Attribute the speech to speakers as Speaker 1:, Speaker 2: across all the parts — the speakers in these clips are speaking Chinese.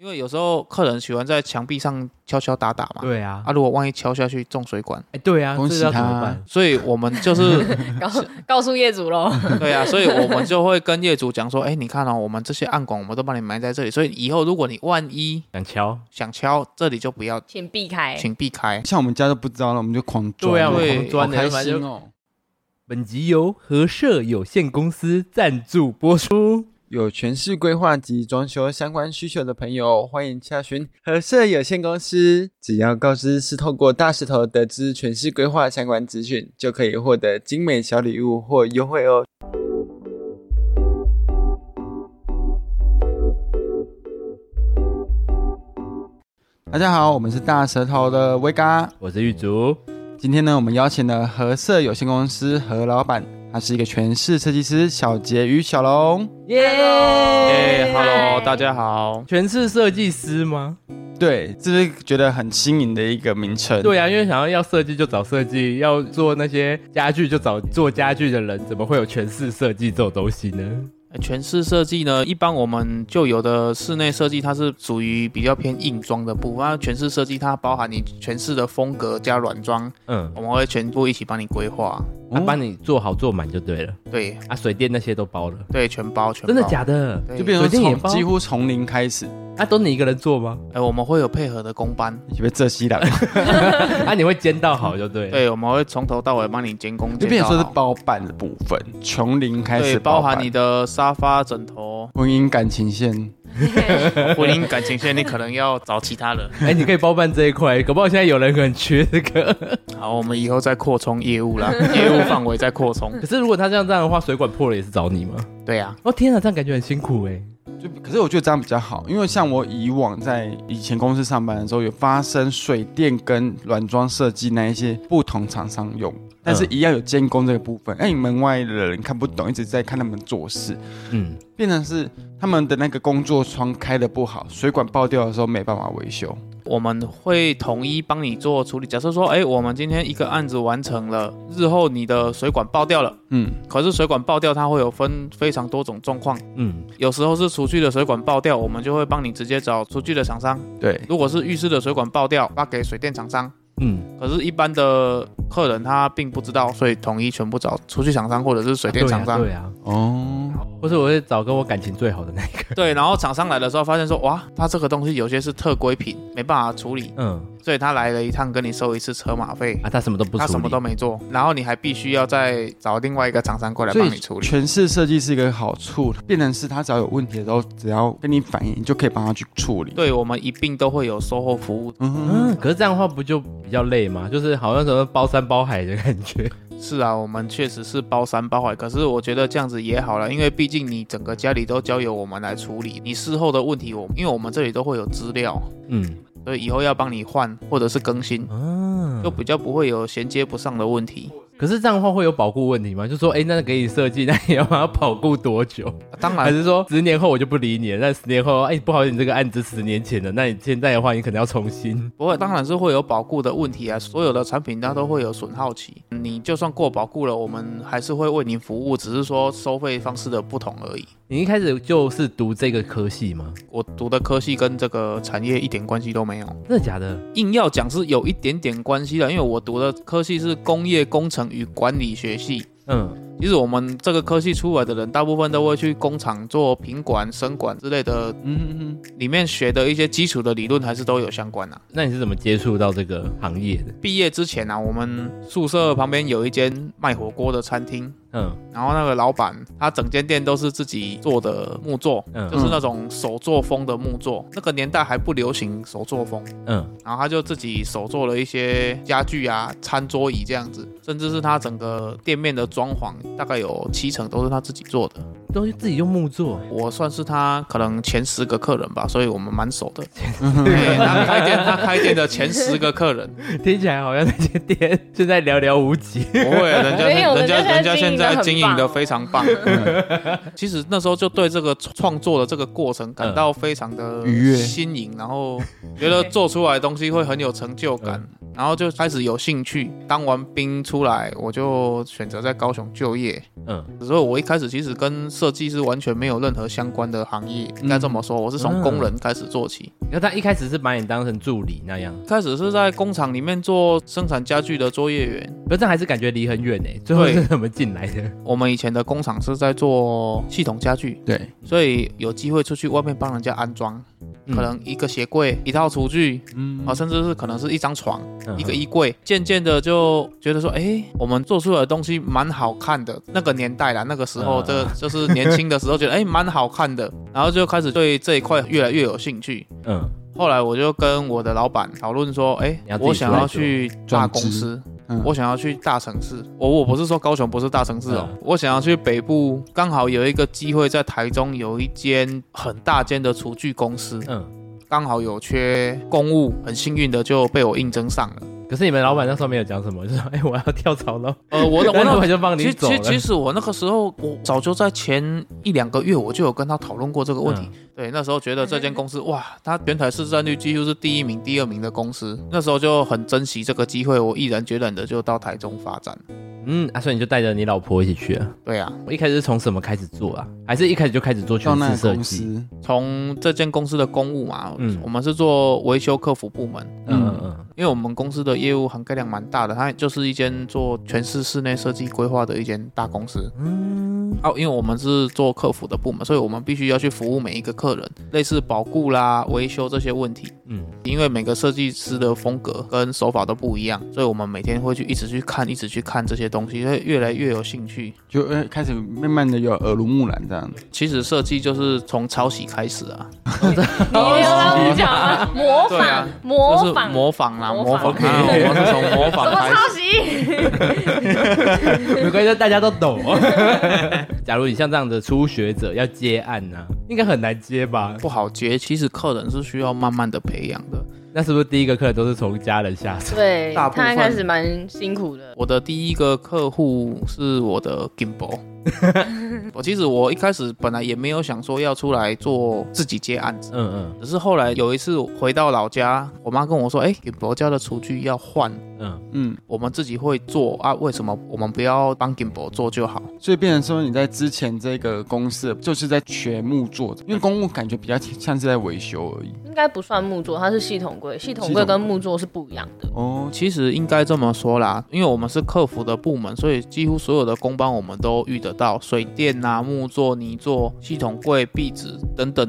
Speaker 1: 因为有时候客人喜欢在墙壁上敲敲打打嘛。
Speaker 2: 对啊，
Speaker 1: 啊，如果万一敲下去中水管，
Speaker 2: 哎，对啊，
Speaker 3: 恭
Speaker 2: 这
Speaker 3: 喜
Speaker 2: 要怎
Speaker 3: 他
Speaker 2: 么办？
Speaker 1: 所以我们就是
Speaker 4: 告告诉业主 喽。
Speaker 1: 对啊，所以我们就会跟业主讲说，哎，你看哦，我们这些暗管我们都帮你埋在这里，所以以后如果你万一
Speaker 2: 想敲？
Speaker 1: 想敲这里就不要，
Speaker 4: 请避开。
Speaker 1: 请避开。
Speaker 3: 像我们家都不知道了，我们就狂钻，
Speaker 2: 对啊，我
Speaker 1: 对
Speaker 2: 狂钻
Speaker 3: 好
Speaker 2: 的，
Speaker 3: 开
Speaker 2: 要不然
Speaker 3: 心
Speaker 2: 就
Speaker 3: 哦。
Speaker 2: 本集由和社有限公司赞助播出。
Speaker 3: 有全市规划及装修相关需求的朋友，欢迎洽询和社有限公司。只要告知是透过大石头得知全市规划相关资讯，就可以获得精美小礼物或优惠哦。大家好，我们是大舌头的威嘎。
Speaker 2: 我是玉竹，
Speaker 3: 今天呢，我们邀请了和社有限公司何老板，他是一个全市设计师小杰与小龙。
Speaker 1: 哎
Speaker 4: 耶
Speaker 1: ，Hello，大家好。
Speaker 2: 全是设计师吗？
Speaker 3: 对，这是觉得很新颖的一个名称。
Speaker 2: 对啊，因为想要要设计就找设计，要做那些家具就找做家具的人，怎么会有全是设计这种东西呢？
Speaker 1: 全室设计呢，一般我们就有的室内设计，它是属于比较偏硬装的部分。那全室设计它包含你全室的风格加软装，
Speaker 2: 嗯，
Speaker 1: 我们会全部一起帮你规划。
Speaker 2: 他
Speaker 3: 哦
Speaker 2: 帮你做好做满就对了。
Speaker 1: 对
Speaker 2: 啊，水电那些都包了，
Speaker 1: 对，全包全包。
Speaker 2: 真的假的？
Speaker 1: 对
Speaker 3: 就变成
Speaker 2: 水电也
Speaker 3: 从
Speaker 2: 包
Speaker 3: 几乎从零开始，
Speaker 2: 啊，都你一个人做吗？
Speaker 1: 哎、我们会有配合的工班，
Speaker 3: 就被 这西了，
Speaker 2: 啊，你会兼到好就对了。
Speaker 1: 对，我们会从头到尾帮你监工
Speaker 3: 就
Speaker 1: 监
Speaker 3: 变成
Speaker 1: 到
Speaker 3: 说是
Speaker 1: 好。
Speaker 3: 包办的部分，从零开
Speaker 1: 对，
Speaker 3: 始
Speaker 1: 包含
Speaker 3: 办
Speaker 1: 你的沙发、枕头、
Speaker 3: 婚姻感情线。
Speaker 1: 婚姻、感情线，你可能要找其他 人。
Speaker 2: 哎、你可以包办这一块，搞不好现在有人很缺这个。
Speaker 1: 好，我们以后再扩充业务 啦，业务范围再扩充。
Speaker 2: 可是如果他这样这样的话，水管破了也是找你吗？
Speaker 1: 对呀、
Speaker 2: 哦天啊，这样感觉很辛苦哎、
Speaker 3: 就可是我觉得这样比较好，因为像我以往在以前公司上班的时候，有发生水电跟软装设计那一些不同厂商用，但
Speaker 1: 嗯
Speaker 3: 是一样有监工这个部分。哎、你门外的人看不懂，一直在看他们做事，
Speaker 2: 嗯，
Speaker 3: 变成是他们的那个工作窗开的不好，水管爆掉的时候没办法维修。
Speaker 1: 我们会统一帮你做处理。假设说，哎，我们今天一个案子完成了，日后你的水管爆掉了，
Speaker 3: 嗯，
Speaker 1: 可是水管爆掉它会有分非常多种状况，
Speaker 2: 嗯，
Speaker 1: 有时候是厨具的水管爆掉，我们就会帮你直接找厨具的厂商；
Speaker 3: 对。
Speaker 1: 如果是浴室的水管爆掉，发给水电厂商。
Speaker 2: 嗯，
Speaker 1: 可是，一般的客人他并不知道，所以统一全部找厨具厂商或者是水电厂商。
Speaker 2: 对啊，
Speaker 3: 哦，
Speaker 2: 或者我会找跟我感情最好的那一个。
Speaker 1: 对，然后厂商来的时候发现说，哇，他这个东西有些是特规品，没办法处理，
Speaker 2: 嗯，
Speaker 1: 所以他来了一趟跟你收一次车马费，
Speaker 2: 啊，他什么都不处理，
Speaker 1: 他什么都没做，然后你还必须要再找另外一个厂商过来
Speaker 3: 所
Speaker 1: 帮
Speaker 3: 以
Speaker 1: 你处理。
Speaker 3: 全市设计是一个好处，变成是他只要有问题的时候，只要跟你反映，你就可以帮他去处理。，
Speaker 1: 对我们一并都会有售后服务。
Speaker 3: 嗯哼，
Speaker 2: 嗯，可是这样的话不就比较累吗？就是好像什么包山包海的感觉。
Speaker 1: 是啊，我们确实是包山包海，可是我觉得这样子也好了，因为毕竟你整个家里都交由我们来处理，你事后的问题我，因为我们这里都会有资料，
Speaker 2: 嗯，
Speaker 1: 所以以后要帮你换或者是更新，
Speaker 2: 啊，
Speaker 1: 就比较不会有衔接不上的问题。
Speaker 2: 可是这样的话会有保固问题吗？就说，哎、那给你设计，那你要把它保固多久？
Speaker 1: 啊当
Speaker 2: 还
Speaker 1: 然，
Speaker 2: 是说十年后我就不理你了？那十年后，哎、不好意思，你这个案子十年前的，那你现在的话，你可能要重新。
Speaker 1: 不会，当然是会有保固的问题啊。所有的产品它都会有损耗期，你就算过保固了，我们还是会为您服务，只是说收费方式的不同而已。
Speaker 2: 你一开始就是读这个科系吗？
Speaker 1: 我读的科系跟这个产业一点关系都没有，
Speaker 2: 真的假的？
Speaker 1: 硬要讲是有一点点关系的，因为我读的科系是工业工程与管理学系。
Speaker 2: 嗯，
Speaker 1: 其实我们这个科系出来的人，大部分都会去工厂做品管、生管之类的，
Speaker 3: 嗯哼哼，
Speaker 1: 里面学的一些基础的理论还是都有相关啊。
Speaker 2: 那你是怎么接触到这个行业的？
Speaker 1: 毕业之前啊，我们宿舍旁边有一间卖火锅的餐厅，
Speaker 2: 嗯
Speaker 1: 然后那个老板他整间店都是自己做的木作，就
Speaker 2: 嗯
Speaker 1: 是那种手作风的木作。那个年代还不流行手作风，
Speaker 2: 嗯，
Speaker 1: 然后他就自己手做了一些家具啊、餐桌椅这样子，甚至是他整个店面的装潢，大概有七成都是他自己做的。
Speaker 2: 东西自己用木做，
Speaker 1: 我算是他可能前十个客人吧，所以我们蛮 熟的。对他开店，他开店的前十个客 人，
Speaker 2: 听起来好像那些店现在寥寥无几。
Speaker 1: 不会，人家
Speaker 4: 没有
Speaker 1: 人家人
Speaker 4: 人
Speaker 1: 家
Speaker 4: 家
Speaker 1: 现
Speaker 4: 现
Speaker 1: 在
Speaker 4: 在
Speaker 1: 经
Speaker 4: 经
Speaker 1: 营
Speaker 4: 营
Speaker 1: 的
Speaker 4: 得
Speaker 1: 非
Speaker 4: 很
Speaker 1: 常棒。
Speaker 3: 嗯
Speaker 1: 其实那时候就对这个创作的这个过程感到非常的
Speaker 3: 嗯愉悦
Speaker 1: 新颖，然后觉得做出来的东西会很有成就感。
Speaker 3: 嗯
Speaker 1: 然后就开始有兴趣。当完兵出来，我就选择在高雄就业。
Speaker 2: 嗯，
Speaker 1: 所以，我一开始其实跟设计是完全没有任何相关的行业，应该这么说，我是从工人开始做起。
Speaker 2: 然后他一开始是把你当成助理那样，
Speaker 1: 开始是在工厂里面做生产家具的作业员。
Speaker 2: 可是这还是感觉离很远哎，最后
Speaker 1: 对
Speaker 2: 是怎么进来的？
Speaker 1: 我们以前的工厂是在做系统家具，
Speaker 3: 对，
Speaker 1: 所以有机会出去外面帮人家安装，
Speaker 2: 嗯
Speaker 1: 可能一个鞋柜、一套厨具
Speaker 3: 嗯
Speaker 1: 啊，甚至是可能是一张床、
Speaker 2: 嗯
Speaker 1: 一个衣柜。渐渐的就觉得说，哎，我们做出来的东西蛮好看的。那个年代啦，那个时候
Speaker 2: 嗯
Speaker 1: 这就是年轻的时候，觉得哎蛮好看的，然后就开始对这一块越来越有兴趣。
Speaker 2: 嗯，
Speaker 1: 后来我就跟我的老板讨论说，哎
Speaker 2: 你要，自己
Speaker 1: 我想
Speaker 2: 出来
Speaker 1: 要
Speaker 2: 做
Speaker 1: 去大
Speaker 3: 转
Speaker 1: 公
Speaker 3: 职
Speaker 1: 司，
Speaker 3: 嗯
Speaker 1: 我想要去大城市。我我不是说高雄不是大城市哦，
Speaker 2: 嗯
Speaker 1: 我想要去北部，刚好有一个机会在台中有一间很大间的厨具公司，
Speaker 2: 嗯，
Speaker 1: 刚好有缺公务，很幸运的就被我应征上了。
Speaker 2: 可是你们老板那时候没有讲什么，就说 哎、我要跳槽喽，
Speaker 1: 呃， 我的我
Speaker 2: 但是
Speaker 1: 那
Speaker 2: 我就放
Speaker 1: 其
Speaker 2: 你
Speaker 1: 实
Speaker 2: 走
Speaker 1: 其
Speaker 2: 了
Speaker 1: 实。其实我那个时候，我早就在前一两个月我就有跟他讨论过这个问
Speaker 2: 嗯
Speaker 1: 题。对，那时候觉得这间公司哇，它全台市占率几乎是第一名、第二名的公司，那时候就很珍惜这个机会，我毅然决然的就到台中发展。
Speaker 2: 嗯，啊，所以你就带着你老婆一起去啊。
Speaker 1: 对啊，
Speaker 2: 我一开始是从什么开始做啊？还是一开始就开始做
Speaker 3: 到
Speaker 2: 全
Speaker 3: 那
Speaker 2: 职
Speaker 3: 个
Speaker 2: 设
Speaker 3: 公
Speaker 2: 计？
Speaker 3: 司，
Speaker 1: 从这间公司的公务嘛，
Speaker 2: 嗯
Speaker 1: 我们是做维修客服部门，
Speaker 2: 嗯嗯嗯，
Speaker 1: 因为我们公司的业务涵盖量蛮大的，它就是一间做全市室内设计规划的一间大公司。嗯，哦，因为我们是做客服的部门，所以我们必须要去服务每一个客人，类似保固啦、维修这些问题。
Speaker 2: 嗯，
Speaker 1: 因为每个设计师的风格跟手法都不一样，所以我们每天会去一直去看、一直去看这些东西，会越来越有兴趣。
Speaker 3: 就呃开始慢慢的有耳濡目染这样。
Speaker 1: 其实设计就是从抄袭开始啊，
Speaker 4: 你有让你讲啊，模
Speaker 1: 对啊
Speaker 4: 仿，模
Speaker 1: 就是
Speaker 4: 仿，
Speaker 1: 模仿啦，模
Speaker 4: 模
Speaker 1: 仿。
Speaker 4: 仿
Speaker 1: 啊我们是从模仿
Speaker 4: 怎么
Speaker 1: 开始。
Speaker 4: 抄袭？
Speaker 2: 没关系，大家都 懂。假如你像这样的初学者要接案呢、应该很难接吧？
Speaker 1: 不好接，其实客人是需要慢慢的培养的。
Speaker 2: 那是不是第一个客人都是从家人下手？
Speaker 4: 对，
Speaker 1: 大部分
Speaker 4: 他一开始蛮辛苦的。
Speaker 1: 我的第一个客户是我的 Gimbal。我其实我一开始本来也没有想说要出来做自己接案子，
Speaker 2: 嗯
Speaker 1: 只是后来有一次回到老家，我妈跟我说：“哎、g i m b a l 家的厨具要换，
Speaker 2: 嗯嗯，
Speaker 3: 嗯，
Speaker 1: 我们自己会做啊，为什么我们不要帮 Gimbal 做就好
Speaker 3: 所以变成说你在之前这个公司就是在全木做，因为公务感觉比较像是在维修而已。
Speaker 4: 应该不算木作，它是系统柜，系统柜跟木作是不一样的。
Speaker 3: 哦？”，
Speaker 1: 其实应该这么说啦，因为我们是客服的部门，所以几乎所有的工班我们都遇得到，水电啊、木作、泥作、系统柜、壁纸等等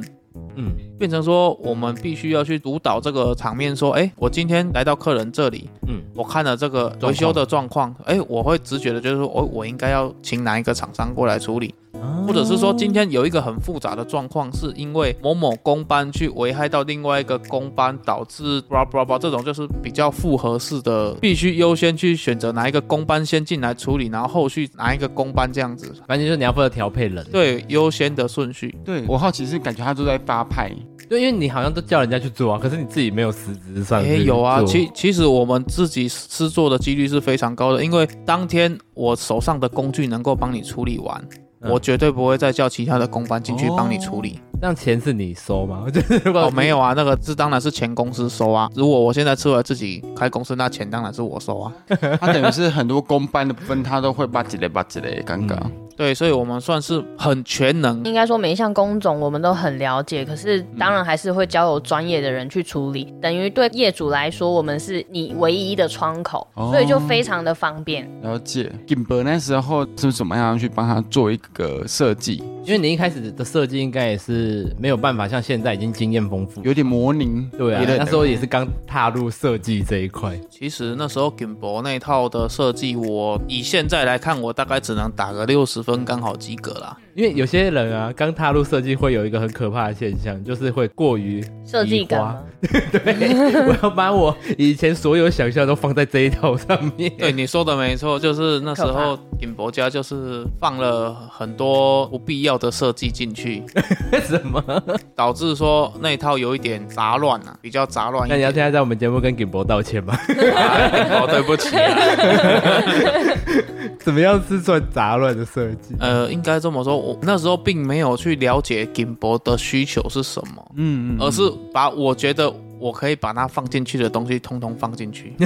Speaker 2: 嗯
Speaker 1: 变成说我们必须要去主导这个场面，说，哎，我今天来到客人这里，
Speaker 2: 嗯，
Speaker 1: 我看了这个维修的状况，哎，我会直觉的就是说，我我应该要请哪一个厂商过来处理，
Speaker 2: 嗯啊
Speaker 1: 或者是说今天有一个很复杂的状况，是因为某某工班去危害到另外一个工班，导致 blah blah blah 这种就是比较复合式的，必须优先去选择哪一个工班先进来处理，然后后续哪一个工班这样子，
Speaker 2: 反正就是你要负责调配人。
Speaker 1: 对，优先的顺序。
Speaker 3: 对我好奇是感觉他都在发派，
Speaker 2: 对，因为你好像都叫人家去做啊，可是你自己没有实质上
Speaker 1: 也
Speaker 2: 去
Speaker 1: 有啊，
Speaker 2: 做
Speaker 1: 其其实我们自己制作的几率是非常高的，因为当天我手上的工具能够帮你处理完，
Speaker 2: 嗯
Speaker 1: 我绝对不会再叫其他的工班进去帮你处理。
Speaker 2: 那钱是你收吗？ 就是如果
Speaker 1: 哦，没有啊，那个这当然是前公司收啊。如果我现在出来自己开公司，那钱当然是我收啊。
Speaker 3: 他等于是很多公班的部分，他都会吧唧嘞吧唧嘞，尴尬。
Speaker 1: 对，所以我们算是很全能。
Speaker 4: 应该说每一项工种我们都很了
Speaker 1: 嗯
Speaker 4: 解，可是当然还是会交由专业的人去处理。等于对业主来说，我们是你唯一的窗口，
Speaker 3: 哦
Speaker 4: 所以就非常的方便。
Speaker 3: 了解。金伯那时候是怎么样去帮他做一个设计，
Speaker 2: 因为你一开始的设计应该也是没有办法像现在已经经验丰富。
Speaker 3: 有点模拟。
Speaker 2: 对啊
Speaker 3: 别，人
Speaker 2: 那时候也是刚踏入设计这一块。
Speaker 1: 其实那时候 g i m b a 那一套的设计，我以现在来看，我大概只能打个六十分，刚好及格啦。
Speaker 2: 因为有些人啊，刚踏入设计会有一个很可怕的现象，就是会过于
Speaker 4: 设计感
Speaker 2: 移花
Speaker 4: 吗？
Speaker 2: 对，我要把我以前所有想象都放在这一套上面。
Speaker 1: 对，你说的没错，就是那时
Speaker 4: 可
Speaker 1: 候尹博家就是放了很多不必要的设计进去，
Speaker 2: 什么？
Speaker 1: 导致说那一套有一点杂乱啊，比较杂乱一
Speaker 2: 那你要
Speaker 1: 点。
Speaker 2: 现在在我们节目跟景博道歉吗？
Speaker 1: 哦，对不起啊。
Speaker 2: 怎么样是算杂乱的设计？
Speaker 1: 呃，应该这么说，我那时候并没有去了解尹博的需求是什么，
Speaker 3: 嗯嗯，
Speaker 1: 而是把我觉得我可以把它放进去的东西通通放进去。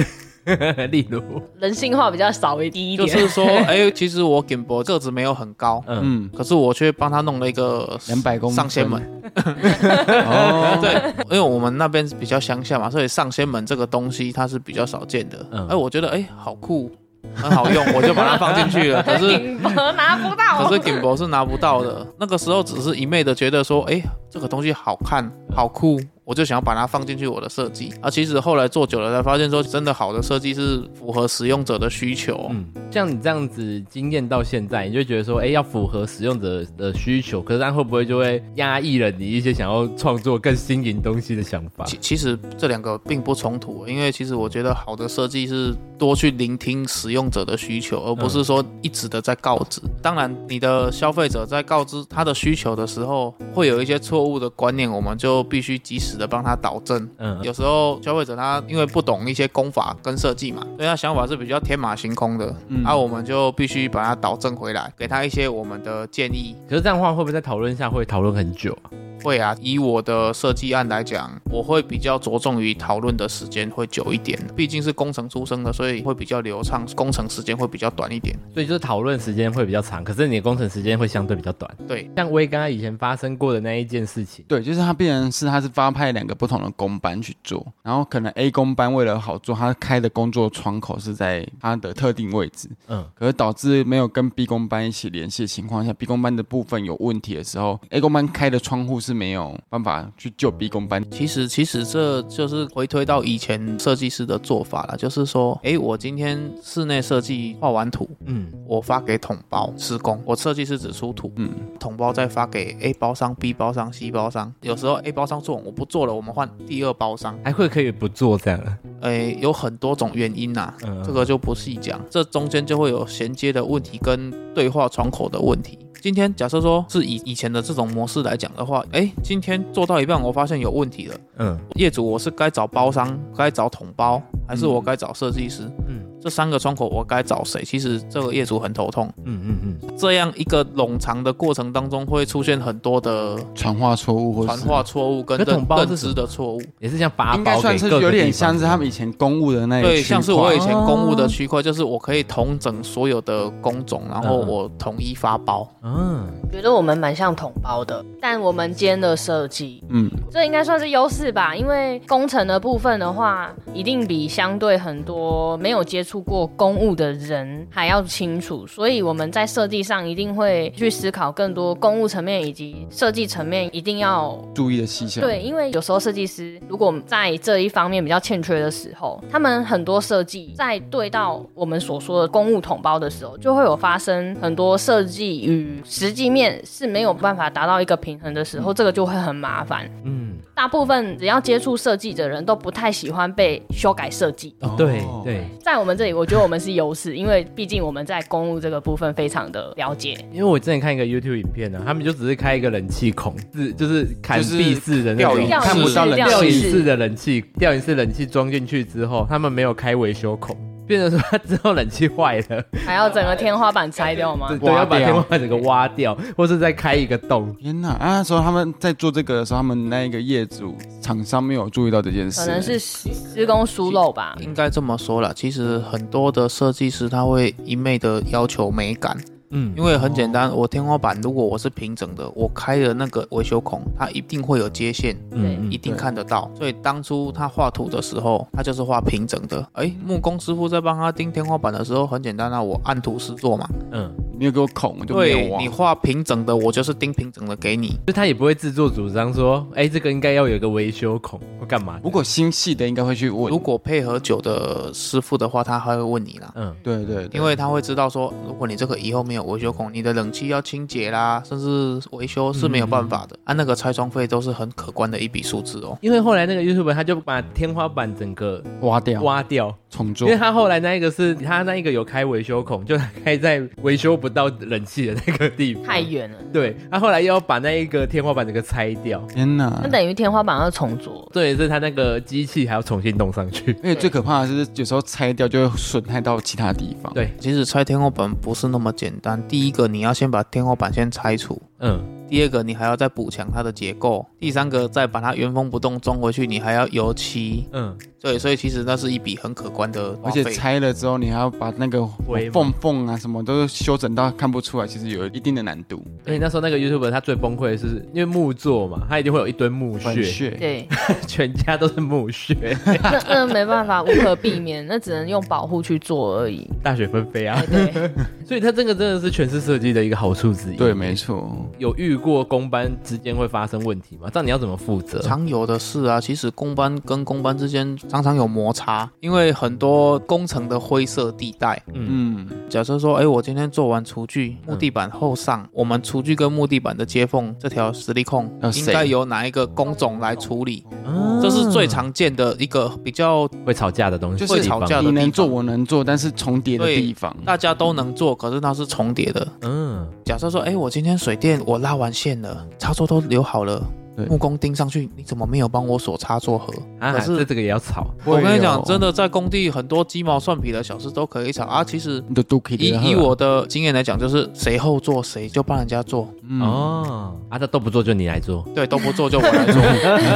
Speaker 2: 例如，
Speaker 4: 人性化比较少一低一
Speaker 1: 就
Speaker 4: 点，
Speaker 1: 是说，哎，其实我 g i m b 个子没有很高，
Speaker 2: 嗯，
Speaker 3: 嗯，
Speaker 1: 可是我却帮他弄了一个
Speaker 3: 两百公分
Speaker 1: 上仙门。
Speaker 3: 哦，
Speaker 1: 对，因为我们那边比较乡下嘛，所以上仙门这个东西它是比较少见的。哎、
Speaker 2: 嗯
Speaker 1: 我觉得哎、好酷，很好用，我就把它放进去了。可是
Speaker 4: 顶盒拿不到
Speaker 1: 可是顶博是拿不到的，那个时候只是一昧的觉得说，哎、这个东西好看好酷。我就想要把它放进去我的设计啊，其实后来做久了才发现，说真的好的设计是符合使用者的需求。
Speaker 2: 嗯，像你这样子经验到现在，你就觉得说，哎、要符合使用者的需求，可是那会不会就会压抑了你一些想要创作更新颖东西的想法？
Speaker 1: 其其实这两个并不冲突，因为其实我觉得好的设计是多去聆听使用者的需求，而不是说一直的在告知。当然，你的消费者在告知他的需求的时候，会有一些错误的观念，我们就必须及时的帮他导正。
Speaker 2: 嗯，
Speaker 1: 有时候消费者他因为不懂一些功法跟设计嘛，所以他想法是比较天马行空的，
Speaker 3: 嗯
Speaker 1: 啊，我们就必须把它导正回来，给他一些我们的建议。
Speaker 2: 可是这样的话，会不会在讨论下会讨论很久啊？
Speaker 1: 会啊，以我的设计案来讲，我会比较着重于讨论的时间会久一点，毕竟是工程出身的，所以会比较流畅，工程时间会比较短一点。
Speaker 2: 所以就是讨论时间会比较长，可是你的工程时间会相对比较短。
Speaker 1: 对，
Speaker 2: 像威刚刚以前发生过的那一件事情，
Speaker 3: 对，就是他变成是他是发派两个不同的工班去做，然后可能 A 工班为了好做，他开的工作窗口是在他的特定位置，
Speaker 2: 嗯，
Speaker 3: 可是导致没有跟 B 工班一起联系的情况下，B 工班的部分有问题的时候，A 工班开的窗户是没有办法去救 B 工班。
Speaker 1: 其实其实这就是回推到以前设计师的做法了，就是说，诶，我今天室内设计画完图，
Speaker 2: 嗯，
Speaker 1: 我发给统包施工，我设计师只出图，
Speaker 3: 嗯，
Speaker 1: 统包再发给 A 包商、B 包商、C 包商。有时候 A 包商做完我不做了，我们换第二包商。
Speaker 2: 还会可以不做这样啊，
Speaker 1: 诶，有很多种原因呐、
Speaker 2: 嗯，
Speaker 1: 这个就不细讲，这中间就会有衔接的问题跟对话窗口的问题。今天假设说是以以前的这种模式来讲的话，哎，今天做到一半我发现有问题了，
Speaker 2: 嗯
Speaker 1: 业主我是该找包商，该找统包，还是我该找设计师？
Speaker 2: 嗯
Speaker 1: 这三个窗口我该找谁？其实这个业主很头痛，
Speaker 2: 嗯嗯嗯，
Speaker 1: 这样一个冗长的过程当中会出现很多的
Speaker 3: 传话错误或
Speaker 1: 传
Speaker 3: 是
Speaker 1: 话错误跟
Speaker 2: 可统
Speaker 1: 认
Speaker 2: 包是
Speaker 1: 认
Speaker 2: 什么
Speaker 1: 知的错误。
Speaker 2: 也是像发
Speaker 3: 应该
Speaker 2: 包
Speaker 3: 算
Speaker 2: 给
Speaker 3: 是
Speaker 2: 各个
Speaker 3: 有
Speaker 2: 地
Speaker 3: 点
Speaker 2: 方
Speaker 3: 像是他们以前公务的那一
Speaker 1: 对，
Speaker 3: 区
Speaker 1: 像是
Speaker 3: 块
Speaker 1: 我以前公务的区块，就是我可以统整所有的工种，然后
Speaker 2: 嗯嗯
Speaker 1: 我统一发包。
Speaker 2: 嗯，
Speaker 4: 觉得我们蛮像同胞的，但我们兼了设计，
Speaker 3: 嗯，
Speaker 4: 这应该算是优势吧？因为工程的部分的话，一定比相对很多没有接触过公务的人还要清楚，所以我们在设计上一定会去思考更多公务层面以及设计层面，一定要
Speaker 3: 注意的细项。
Speaker 4: 对，，因为有时候设计师如果在这一方面比较欠缺的时候，他们很多设计在对到我们所说的公务统包的时候，就会有发生很多设计与实际面是没有办法达到一个平衡的时
Speaker 3: 嗯
Speaker 4: 候，这个就会很麻烦。
Speaker 2: 嗯，
Speaker 4: 大部分只要接触设计的人都不太喜欢被修改设计。
Speaker 2: 哦对
Speaker 3: 哦
Speaker 2: 对，
Speaker 4: 在我们这里，我觉得我们是优势，因为毕竟我们在公务这个部分非常的了解。
Speaker 2: 因为我之前看一个 YouTube 影片呢，啊他们就只是开一个冷气孔，是就是砍
Speaker 3: 就是
Speaker 2: 壁式的那
Speaker 3: 吊
Speaker 2: 种
Speaker 3: 影，看不到
Speaker 4: 吊
Speaker 3: 冷
Speaker 2: 吊
Speaker 4: 影
Speaker 2: 影
Speaker 4: 式
Speaker 3: 气。
Speaker 2: 式的冷气，吊影式冷气装进去之后，他们没有开维修孔，变成说他之后冷气坏了，
Speaker 4: 还要整个天花板拆掉吗
Speaker 2: 对？对，
Speaker 3: 挖
Speaker 2: 要把
Speaker 3: 掉
Speaker 2: 天花板整个挖掉，或是再开一个洞。
Speaker 3: 天哪！啊，那时候他们在做这个的时候，他们那一个业主厂商没有注意到这件事，
Speaker 4: 可能是施施工疏漏吧。
Speaker 1: 应该这么说啦，其实很多的设计师他会一昧的要求美感，
Speaker 2: 嗯
Speaker 1: 因为很简
Speaker 3: 哦
Speaker 1: 单，我天花板如果我是平整的，我开的那个维修孔，它一定会有接线，
Speaker 4: 嗯
Speaker 1: 一定看得到。所以当初他画图的时候，他就是画平整的。哎，木工师傅在帮他钉天花板的时候，很简单啊，我按图施作嘛。
Speaker 2: 嗯，
Speaker 3: 没有给我孔，我就
Speaker 1: 对
Speaker 3: 没有挖啊
Speaker 1: 你。画平整的，我就是钉平整的给你。
Speaker 2: 就他也不会自作主张说，哎，这个应该要有一个维修孔或干嘛的。
Speaker 3: 如果心细的应该会去问
Speaker 1: 如，果配合久的师傅的话，他还会问你啦。
Speaker 2: 嗯
Speaker 3: 对对对
Speaker 1: 因为他会知道说，如果你这个以后没有维修孔，你的冷气要清洁啦，甚至维修是没有办法
Speaker 3: 嗯
Speaker 1: 的。啊按、那个拆装费都是很可观的一笔数字哦。
Speaker 2: 因为后来那个 YouTube 他就把天花板整个
Speaker 3: 挖掉、
Speaker 2: 挖嗯掉，
Speaker 3: 重
Speaker 2: 因
Speaker 3: 做
Speaker 2: 为，他后来那一个是他那一个有开维修孔，就开在维修不到冷气的那个地方。
Speaker 4: 太
Speaker 3: 嗯
Speaker 4: 远了，
Speaker 2: 对，他后来又要把那一个天花板整个拆掉，
Speaker 3: 天哪
Speaker 4: 那！等于天花板要重做。
Speaker 2: 重点是他那个机器还要重新弄上去。
Speaker 3: 而且最可怕的是，有时候拆掉就会损害到其他地方。
Speaker 2: 对
Speaker 1: 其实拆天花板不是那么简单，第一个你要先把天花板先拆除，
Speaker 2: 嗯，
Speaker 1: 第二个你还要再补强它的结构，第三个再把它原封不动装回去，你还要油漆。
Speaker 2: 嗯，
Speaker 1: 对，所以其实那是一笔很可观的花
Speaker 3: 而且
Speaker 1: 费。
Speaker 3: 拆了之后，你还要把那个
Speaker 2: 灰嘛
Speaker 3: 缝缝啊什么都修整到看不出来，其实有一定的难度。
Speaker 2: 而且那时候那个 YouTuber 他最崩溃的是，因为木作嘛，他一定会有一堆木
Speaker 3: 粉
Speaker 2: 屑，
Speaker 3: 屑，
Speaker 4: 对，
Speaker 2: 全家都是木屑，
Speaker 4: 那那没办法，无可避免，那只能用保护去做 而已。
Speaker 2: 大雪纷飞啊
Speaker 4: 哎，。对，
Speaker 2: 所以他这个真的是全是设计的一个好处之一。
Speaker 3: 对，没错。
Speaker 2: 有遇过公班之间会发生问题吗？这样你要怎么负责？
Speaker 1: 常有的事啊，其实工班跟工班之间常常有摩擦，因为很多工程的灰色地带。
Speaker 2: 嗯，
Speaker 3: 嗯，
Speaker 1: 假设说，哎，我今天做完厨具、木地板后上，我们厨具跟木地板的接缝这条实力控
Speaker 3: 要
Speaker 1: 应
Speaker 3: 谁
Speaker 1: 该由哪一个工种来处理？
Speaker 2: 啊
Speaker 1: 这是最常见的一个比较
Speaker 2: 会吵架的东西，
Speaker 1: 就是
Speaker 2: 地方
Speaker 1: 会吵架的
Speaker 3: 你
Speaker 1: 地
Speaker 3: 能
Speaker 1: 方
Speaker 3: 做我能做，但是重叠的
Speaker 1: 对
Speaker 3: 地方，
Speaker 1: 大家都能做，可是它是重叠的。
Speaker 2: 嗯，
Speaker 1: 假设说，哎，我今天水电我拉完线了，插座都留好了
Speaker 3: 对。
Speaker 1: 木工钉上去，你怎么没有帮我锁插座盒？
Speaker 2: 啊，
Speaker 1: 可是
Speaker 2: 这这个也要吵，
Speaker 1: 我跟你讲，真
Speaker 3: 的，
Speaker 1: 的在工地很多鸡毛蒜皮的小事都可以吵啊。其实
Speaker 3: 你的都可以
Speaker 1: 以
Speaker 3: 得喝
Speaker 1: 以我的经验来讲，就是谁后做谁就帮人家做，
Speaker 3: 嗯
Speaker 2: 哦，啊，他都不做就你来做，
Speaker 1: 对，都不做就我来 做，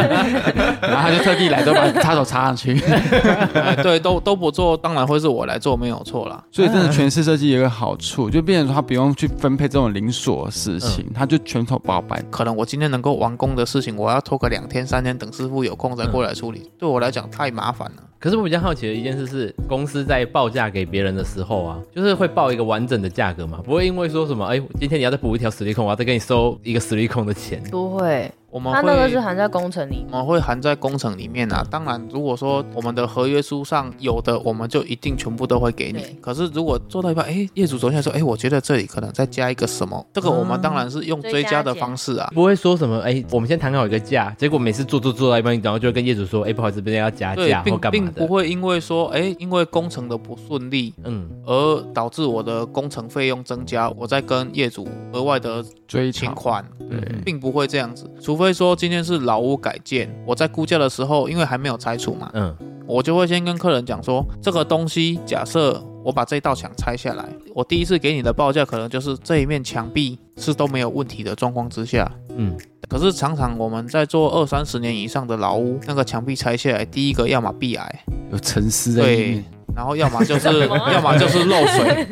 Speaker 3: 然后他就特地来都把插手插 上去。
Speaker 1: 哎对，都都不做，当然会是我来做，没有错啦。
Speaker 3: 所以真的全室设计有一个好处，就变成说他不用去分配这种零琐的事
Speaker 1: 嗯
Speaker 3: 情，他就全头包办。
Speaker 1: 可能我今天能够完工的事情，我要拖个两天三天，等师傅有空再过来处理，对我来讲太麻烦了。
Speaker 2: 可是我比较好奇的一件事是，公司在报价给别人的时候啊，就是会报一个完整的价格嘛，不会因为说什么，哎、今天你要再补一条实力控，我要再给你收一个实力控 的钱。
Speaker 4: 不会，
Speaker 1: 我们
Speaker 4: 它那个是
Speaker 1: 会。
Speaker 4: 含在工程里。
Speaker 1: 我们会含在工程里面啊，当然，如果说我们的合约书上有的，我们就一定全部都会给
Speaker 4: 对
Speaker 1: 你。可是如果做到一半，哎，业主走下来说，哎，我觉得这里可能再加一个什么，这个我们当然是用
Speaker 4: 追
Speaker 1: 追
Speaker 4: 加
Speaker 1: 加的
Speaker 4: 减
Speaker 1: 方式啊，
Speaker 2: 不会说什么，哎、我们先谈好一个价，结果每次做做做到一半，然后就会跟业主说，哎、不好意思，这边要加
Speaker 1: 对
Speaker 2: 价，或
Speaker 1: 并
Speaker 2: 干嘛
Speaker 1: 并不
Speaker 2: 的。
Speaker 1: 会因为说，哎，因为工程的不顺利
Speaker 2: 嗯，
Speaker 1: 而导致我的工程费用增加，我再跟业主额外的
Speaker 3: 追
Speaker 1: 请
Speaker 3: 讨，
Speaker 1: 款，
Speaker 3: 对，
Speaker 1: 并不会这样子。除非说今天是老屋改建，我在估价的时候，因为还没有拆除嘛，
Speaker 2: 嗯，
Speaker 1: 我就会先跟客人讲说，这个东西假设我把这一道墙拆下来，我第一次给你的报价可能就是这一面墙壁是都没有问题的状况之下，
Speaker 2: 嗯，
Speaker 1: 可是常常我们在做二三十年以上的老屋，那个墙壁拆下来，第一个要么壁癌，
Speaker 3: 有沉思在里
Speaker 1: 对
Speaker 3: 面。。
Speaker 1: 然后要么就是
Speaker 4: 么啊
Speaker 1: 要么就是漏水。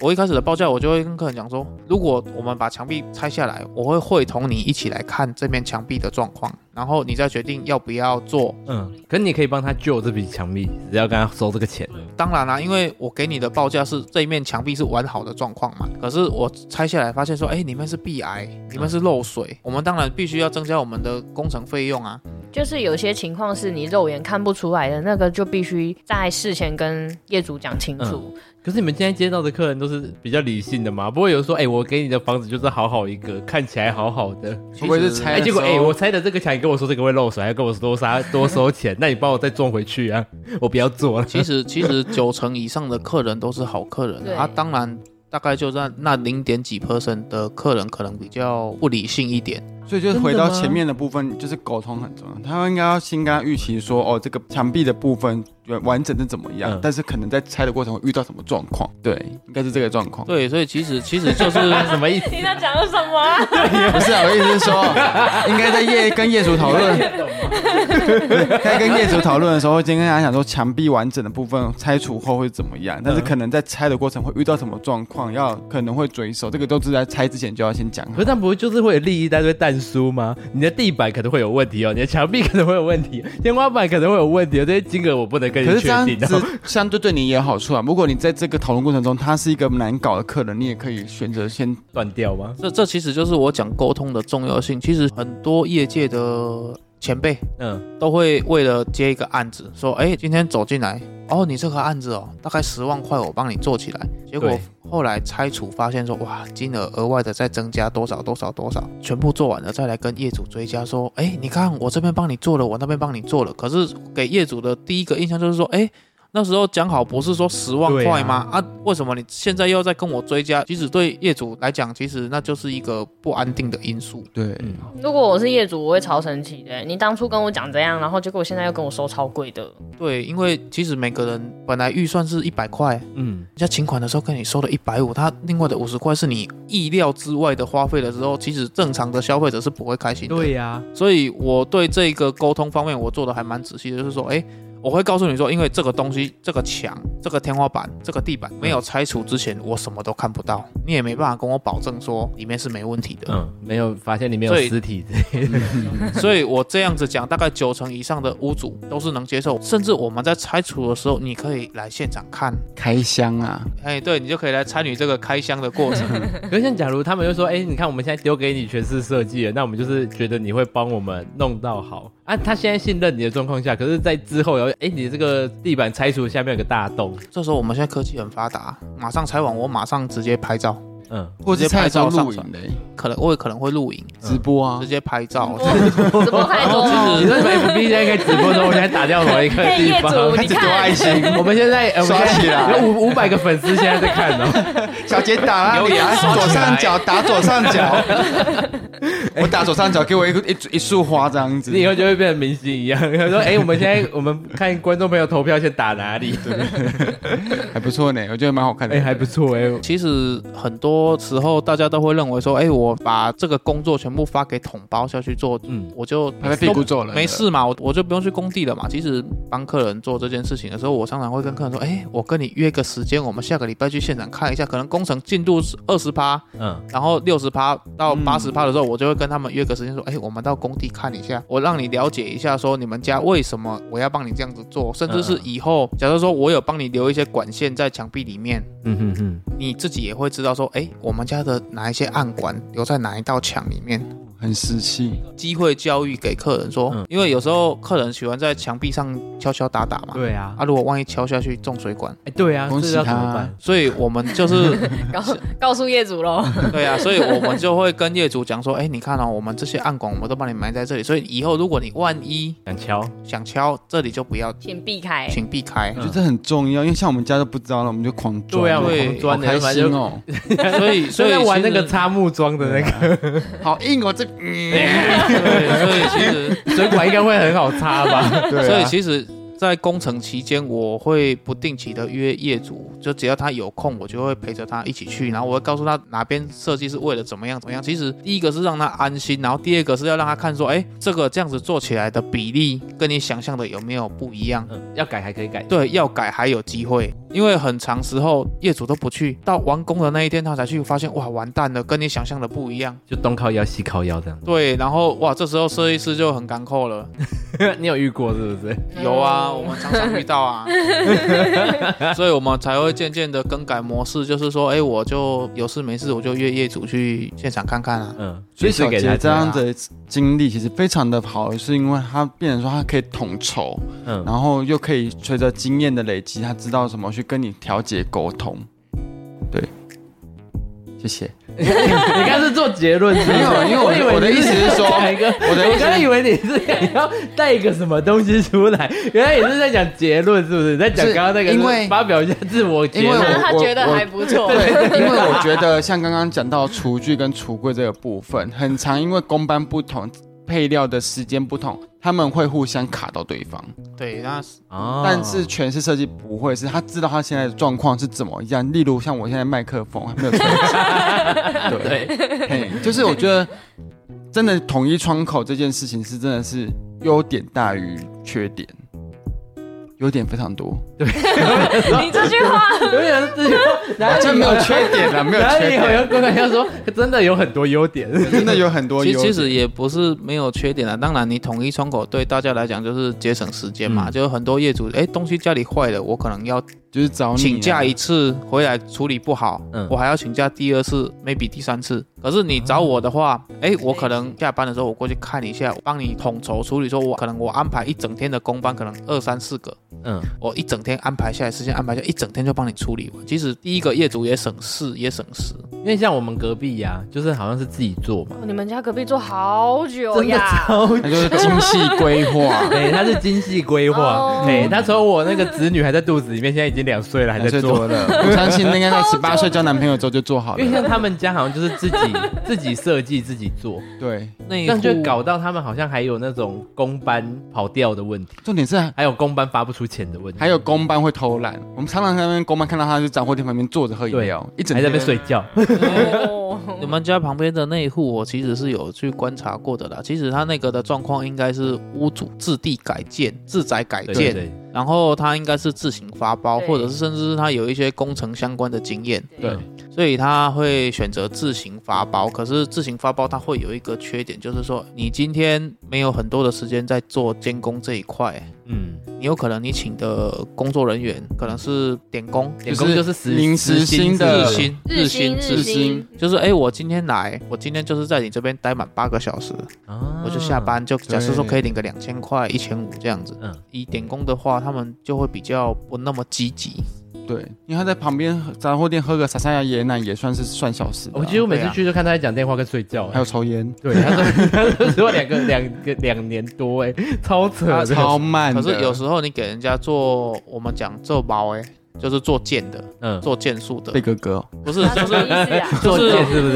Speaker 1: 我一开始的报价，我就会跟客人讲说，如果我们把墙壁拆下来，我会会同你一起来看这面墙壁的状况，然后你再决定要不要做
Speaker 2: 嗯，可你可以帮他救这笔墙壁，只要跟他收这个钱。
Speaker 1: 当然啦、因为我给你的报价是这一面墙壁是完好的状况嘛，可是我拆下来发现说，哎，里面是壁癌，里面是漏水，我们当然必须要增加我们的工程费用啊。
Speaker 4: 就是有些情况是你肉眼看不出来的，那个就必须在事前跟业主讲清楚。
Speaker 3: 嗯
Speaker 2: 可是你们现在接到的客人都是比较理性的嘛，不会有说，哎、我给你的房子就是好好一个，看起来好好的，
Speaker 1: 会啊
Speaker 3: 会不会是拆
Speaker 2: 哎、
Speaker 3: 了
Speaker 2: 结果哎、
Speaker 3: 之后
Speaker 2: 我猜的这个墙，你跟我说这个会漏水，还跟我说多杀多收钱，那你帮我再装回去啊，我不要做了。
Speaker 1: 其实其实九成以上的客人都是好客人
Speaker 4: 对
Speaker 1: 啊，啊当然。大概就在那零点几 percent 的客人可能比较不理性一点，
Speaker 3: 所以就是回到前面的部分，就是沟通很重要。他应该要先跟他预期说，哦，这个墙壁的部分完完整的怎么样，
Speaker 2: 嗯
Speaker 3: 但是可能在拆的过程会遇到什么状况。对，应该是这个状况。
Speaker 1: 对，所以其实其实就是
Speaker 2: 什么意思？
Speaker 4: 你在讲什么啊、
Speaker 3: 不是啊，我意思是说， 应该在业跟业主讨 论，在跟业主讨论的时候，会先跟大家讲说墙壁完整的部分拆除后会怎么样，但是可能在拆的过程会遇到什么状况，要可能会追收，这个都是在拆之前就要先讲
Speaker 2: 可
Speaker 3: 好。
Speaker 2: 是那不就是会有利益一大堆蛋书吗？你的地板可能会有问题哦，你的墙壁可能会有问题，天花板可能会有问题哦，这些金额我不能跟
Speaker 3: 可
Speaker 2: 你
Speaker 3: 是这
Speaker 2: 确
Speaker 3: 样
Speaker 2: 定
Speaker 3: 子
Speaker 2: 哦。
Speaker 3: 相对对你也有好处啊。如果你在这个讨论过程中，他是一个难搞的客人，你也可以选择先
Speaker 2: 断掉吗？
Speaker 1: 这这其实就是我讲沟通的重要性。其实很多业界的前辈
Speaker 2: 嗯，
Speaker 1: 都会为了接一个案子，说，哎，今天走进来，哦，你这个案子哦，大概十万块，我帮你做起来。结果
Speaker 2: 对
Speaker 1: 后来拆除发现说，哇，金额额外的再增加多少多少多少，全部做完了再来跟业主追加说，哎，你看我这边帮你做了，我那边帮你做了。可是给业主的第一个印象就是说，哎。那时候讲好不是说十万块吗？啊为什么你现在又在跟我追加？其实对业主来讲，其实那就是一个不安定的因素。
Speaker 3: 对
Speaker 2: 嗯
Speaker 4: 如果我是业主，我会超生气的。你当初跟我讲这样，然后结果现在又跟我收超贵的，
Speaker 1: 对，因为其实每个人本来预算是一百块，人
Speaker 2: 嗯，
Speaker 1: 家请款的时候跟你收了一百五，他另外的五十块是你意料之外的花费的时候，其实正常的消费者是不会开心的。
Speaker 2: 对呀，
Speaker 1: 所以我对这个沟通方面我做的还蛮仔细的，就是说，哎，我会告诉你说，因为这个东西、这个墙、这个天花板、这个地板没有拆除之前，我什么都看不到，你也没办法跟我保证说里面是没问题的。
Speaker 2: 嗯，没有发现里面有
Speaker 1: 所以
Speaker 2: 尸体之类
Speaker 1: 所以我这样子讲，大概九成以上的屋主都是能接受，甚至我们在拆除的时候，你可以来现场看，
Speaker 3: 开箱啊，
Speaker 1: 哎，对你就可以来参与这个开箱的过 程。
Speaker 2: 的。可是像假如他们就说，哎，你看我们现在丢给你全是设计了，那我们就是觉得你会帮我们弄到好啊。他现在信任你的状况下，可是，在之后有，哎，你这个地板拆除下面有个大 洞，
Speaker 1: 这时候我们现在科技很发达，马上拆完我马上直接拍照，
Speaker 2: 嗯，
Speaker 3: 或者
Speaker 1: 直接拍
Speaker 3: 拍照
Speaker 1: 照上
Speaker 3: 录
Speaker 1: 传
Speaker 3: 影的欸
Speaker 1: 可能我也可能会录影，
Speaker 3: 直播啊
Speaker 1: 直，接拍照。
Speaker 3: 哦
Speaker 4: 直播太多了。
Speaker 2: 你说你们 FB 现在可以直播的时候，我现在打掉某一个
Speaker 4: 哎，
Speaker 2: 地
Speaker 4: 业
Speaker 2: 方。
Speaker 4: 主，
Speaker 3: 开
Speaker 4: 你
Speaker 3: 始丢
Speaker 4: 看
Speaker 3: 爱，心，
Speaker 2: 我们现在，呃我们
Speaker 3: 刷
Speaker 2: 现
Speaker 3: 起
Speaker 2: 在
Speaker 3: 来
Speaker 2: 有 五五百个粉丝现在在看 哦。
Speaker 3: 小杰打啊，
Speaker 2: 留言
Speaker 3: 打
Speaker 2: 刷起来
Speaker 3: 左上角打左上 角，我打左上角，给我一个一株一束花这样子
Speaker 2: 你。以后就会变成明星一样。他说：“哎、我们现在我们看观众朋友投票先打哪里？”
Speaker 3: 还不错呢，我觉得蛮好看
Speaker 2: 哎、
Speaker 3: 的。
Speaker 2: 还不错哎、
Speaker 1: 其实很多时候大家都会认为说，哎，我把这个工作全部发给统包下去做，
Speaker 2: 嗯，
Speaker 1: 我就
Speaker 3: 他在屁股走了，
Speaker 1: 没事嘛，我我就不用去工地了嘛。其实帮客人做这件事情的时候，我常常会跟客人说，哎，我跟你约个时间，我们下个礼拜去现场看一下，可能工程进度是二十趴，
Speaker 2: 嗯，
Speaker 1: 然后六十趴到
Speaker 3: 嗯
Speaker 1: 八十趴的时候，我就会跟他们约个时间说，哎，我们到工地看一下，我让你了解一下，说你们家为什么我要帮你这样子做，甚至是
Speaker 2: 嗯
Speaker 1: 以后，假如说我有帮你留一些管线在墙壁里面，
Speaker 2: 嗯哼哼，
Speaker 1: 你自己也会知道说，哎，我们家的哪一些暗管留在哪一道墙里面，
Speaker 3: 很实气。
Speaker 1: 机会教育给客人说，
Speaker 2: 嗯
Speaker 1: 因为有时候客人喜欢在墙壁上敲敲打打嘛，
Speaker 2: 对啊，
Speaker 1: 啊，如果万一敲下去中水管，
Speaker 2: 哎、对啊，
Speaker 3: 恭喜
Speaker 2: 这要怎么
Speaker 3: 他
Speaker 2: 办？
Speaker 1: 所以我们就是
Speaker 4: 告告诉业主喽。
Speaker 1: 对啊，所以我们就会跟业主讲说，哎，你看哦，我们这些暗管我们都帮你埋在这里，所以以后如果你万一
Speaker 2: 想敲，
Speaker 1: 想敲这里就不要，
Speaker 4: 请避开。
Speaker 1: 请避开
Speaker 3: 我。觉得这很重要，因为像我们家都不知道了，我们就狂撞，
Speaker 2: 对啊，我
Speaker 1: 对
Speaker 2: 狂
Speaker 3: 好
Speaker 2: 钻的，
Speaker 3: 开
Speaker 2: 反
Speaker 3: 心
Speaker 2: 正就
Speaker 3: 哦，
Speaker 1: 所以所
Speaker 2: 所
Speaker 1: 以
Speaker 2: 以哎在玩
Speaker 1: 其
Speaker 2: 那
Speaker 1: 实
Speaker 2: 个插木桩的那个
Speaker 3: 好硬哦，这
Speaker 1: 对，所以 其实
Speaker 2: 水管，应该会很好插 吧？
Speaker 1: 所
Speaker 3: 对
Speaker 1: 以
Speaker 3: 啊，
Speaker 1: 其实。在工程期间，我会不定期的约业主，就只要他有空，我就会陪着他一起去，然后我会告诉他哪边设计是为了怎么样怎么样。其实第一个是让他安心，然后第二个是要让他看说，哎，这个这样子做起来的比例跟你想象的有没有不一样？
Speaker 2: 嗯，要改还可以改。
Speaker 1: 对，要改还有机会，因为很长时候业主都不去，到完工的那一天他才去，发现哇完蛋了，跟你想象的不一样。
Speaker 2: 就东靠腰西靠腰这样
Speaker 1: 对，然后哇这时候设计师就很干扣了。
Speaker 2: 你有遇过是不是？
Speaker 1: 有啊，
Speaker 4: 嗯
Speaker 1: 我们常常遇到啊，所以我们才会渐渐的更改模式，就是说，哎，我就有事没事我就约业主去现场看看啊。
Speaker 2: 嗯，
Speaker 3: 所
Speaker 2: 随
Speaker 3: 以
Speaker 2: 时
Speaker 3: 小
Speaker 2: 给他
Speaker 3: 杰这样
Speaker 2: 听啊，
Speaker 3: 的经历其实非常的好，是因为他变成说他可以统筹，
Speaker 2: 嗯，
Speaker 3: 然后又可以随着经验的累积，他知道怎么去跟你调节沟通。对，谢谢。
Speaker 2: 你刚刚是做结论是不是，
Speaker 3: 没有因为我
Speaker 2: 以为
Speaker 3: 我的
Speaker 2: 你
Speaker 3: 意思是说
Speaker 2: 讲一个，
Speaker 3: 我的意
Speaker 2: 我
Speaker 3: 思
Speaker 2: 刚刚以为你是要带一个什么东西出来，原来也是在讲结论，是不是？在讲
Speaker 3: 是
Speaker 2: 刚刚那个，
Speaker 3: 因为
Speaker 2: 发表一下自我结
Speaker 3: 因为
Speaker 2: 论
Speaker 3: 我。
Speaker 4: 他觉得还不错，
Speaker 3: 对，因为我觉得像刚刚讲到厨具跟橱柜这个部分，很常因为工班不同、配料的时间不同，他们会互相卡到对方。
Speaker 1: 对，那
Speaker 2: 哦
Speaker 3: 但是全是设计不会是，他知道他现在的状况是怎么样。例如像我现在麦克风还没有吹起， 对，
Speaker 2: 对，
Speaker 3: 嘿就是我觉得真的统一窗口这件事情是真的是优点大于缺点，优点非常多，
Speaker 4: 你这句话
Speaker 2: 有点这就哪
Speaker 3: 好像
Speaker 2: 里
Speaker 3: 没有缺点啊，没有
Speaker 2: 哪
Speaker 3: 缺
Speaker 2: 里好
Speaker 3: 点，
Speaker 2: 像公开要说， 真的有很多优点。
Speaker 3: 真的有很多
Speaker 1: 其
Speaker 3: 优
Speaker 1: 实其实
Speaker 3: 点。
Speaker 1: 也不是没有缺点啊。当然，你统一窗口对大家来讲就是节省时间嘛，
Speaker 2: 嗯
Speaker 1: 就是很多业主哎东西家里坏了，我可能要
Speaker 3: 就是找你啊
Speaker 1: 请假一次回来处理不好，
Speaker 2: 哦嗯
Speaker 1: 我还要请假第二次，maybe 第三次。可是你找我的话，
Speaker 2: 哦
Speaker 1: 哎、我可能下班的时候我过去看一下，我帮你统筹处理。说我可能我安排一整天的工班，可能二三四个，
Speaker 2: 嗯，
Speaker 1: 我一整天安排下来，时间安排下来，一整天就帮你处理完。其实第一个业主也省事，也省时。
Speaker 2: 因因为像我们隔壁呀、就是好像是自己做嘛，
Speaker 4: 哦你们家隔壁做好久
Speaker 2: 真的
Speaker 4: 哦呀，
Speaker 2: 超。
Speaker 3: 那就是精细规划
Speaker 2: 对，他是精细规划
Speaker 4: 哦，
Speaker 2: 对，他从我那个子女还在肚子里面，现在已经两岁了，还
Speaker 3: 还
Speaker 2: 在
Speaker 3: 在
Speaker 2: 做
Speaker 3: 做。了，我相信应该在十八岁交男朋友之后就做好
Speaker 2: 因为
Speaker 3: 了。
Speaker 2: 像他们家好像就是自己 自己设计自己做，
Speaker 3: 对，
Speaker 1: 内
Speaker 2: 但就
Speaker 1: 裤
Speaker 2: 搞到他们好像还有那种公班跑掉的问题，
Speaker 3: 重点是
Speaker 2: 还有公班发不出钱的问题，
Speaker 3: 还有公班会偷懒，我们常常在那边公班看到他就杂货店旁边坐着喝饮
Speaker 2: 对
Speaker 3: 料，一整
Speaker 2: 还在那边
Speaker 3: 天
Speaker 2: 睡觉。
Speaker 4: 哦
Speaker 1: 你们家旁边的内户，我其实是有去观察过的啦。其实他那个的状况应该是屋主自地改建、自宅改
Speaker 2: 对
Speaker 1: 建，
Speaker 2: 对对，
Speaker 1: 然后他应该是自行发包，
Speaker 4: 对
Speaker 1: 或者是甚至是他有一些工程相关的经验，
Speaker 3: 对，
Speaker 1: 所以他会选择自行发包。可是自行发包它会有一个缺点，就是说你今天没有很多的时间在做监工这一块，
Speaker 2: 嗯，
Speaker 1: 你有可能你请的工作人员可能是点工、
Speaker 2: 员工就是实
Speaker 3: 临时薪
Speaker 1: 日
Speaker 3: 的
Speaker 1: 薪、
Speaker 4: 日
Speaker 1: 薪
Speaker 4: 薪
Speaker 1: 制
Speaker 4: 日薪，
Speaker 1: 就是哎、诶我今天来，我今天就是在你这边待满八个小时，
Speaker 4: 嗯
Speaker 2: 啊
Speaker 1: 我就下。班，就假设
Speaker 3: 对
Speaker 1: 说可以领个两千块、一千五这样子。
Speaker 2: 嗯，
Speaker 1: 以点工的话，他们就会比较不那么积极。
Speaker 3: 对，因为他在旁边杂货店喝个撒沙牙椰奶也算是算小时的啊、嗯
Speaker 2: 我几乎每次去就看他在讲电话跟睡觉，
Speaker 3: 还有抽 烟，
Speaker 2: 对，他说他说只有两个两个两年多哎，超扯的，
Speaker 3: 啊超慢
Speaker 1: 可
Speaker 3: 的。
Speaker 1: 是有时候你给人家做，我们讲做包哎、就是做件的，
Speaker 2: 嗯，
Speaker 1: 做件数的
Speaker 3: 贝，哥哥哦，
Speaker 1: 不是
Speaker 4: 啊
Speaker 1: 就
Speaker 4: 什么
Speaker 1: 是
Speaker 4: 意思啊？
Speaker 1: 就
Speaker 2: 做
Speaker 1: 是
Speaker 2: 件嗯是不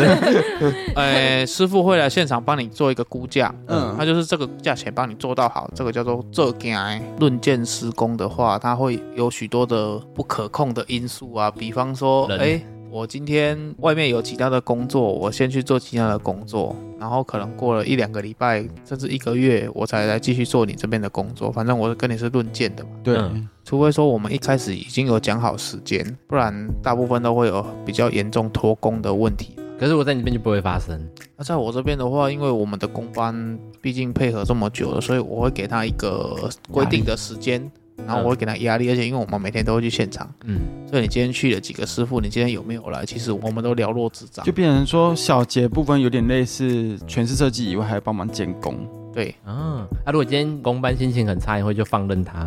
Speaker 2: 是？
Speaker 1: 哎，师傅会来现场帮你做一个估价，
Speaker 3: 嗯
Speaker 1: 他就是这个价钱帮你做到好，这个叫做这件的。论件施工的话，它会有许多的不可控的因素啊，比方说，
Speaker 2: 人
Speaker 1: 哎，我今天外面有其他的工作，我先去做其他的工作，然后可能过了一两个礼拜，甚至一个月，我才来继续做你这边的工作。反正我跟你是论件的嘛，
Speaker 3: 对，
Speaker 2: 嗯
Speaker 1: 除非说我们一开始已经有讲好时间，不然大部分都会有比较严重脱工的问题。
Speaker 2: 可是我在你那边就不会发生，
Speaker 1: 那在我这边的话，因为我们的工班毕竟配合这么久了，所以我会给他一个规定的时间，然后我会给他压力，而且因为我们每天都会去现场，
Speaker 2: 嗯。
Speaker 1: 所以你今天去了几个师傅，你今天有没有来，其实我们都了若指掌
Speaker 3: 就。变成说小节部分有点类似全是设计以外，还要帮忙监工。
Speaker 1: 对，
Speaker 2: 啊，啊，如果今天公班心情很差，你会就放任他？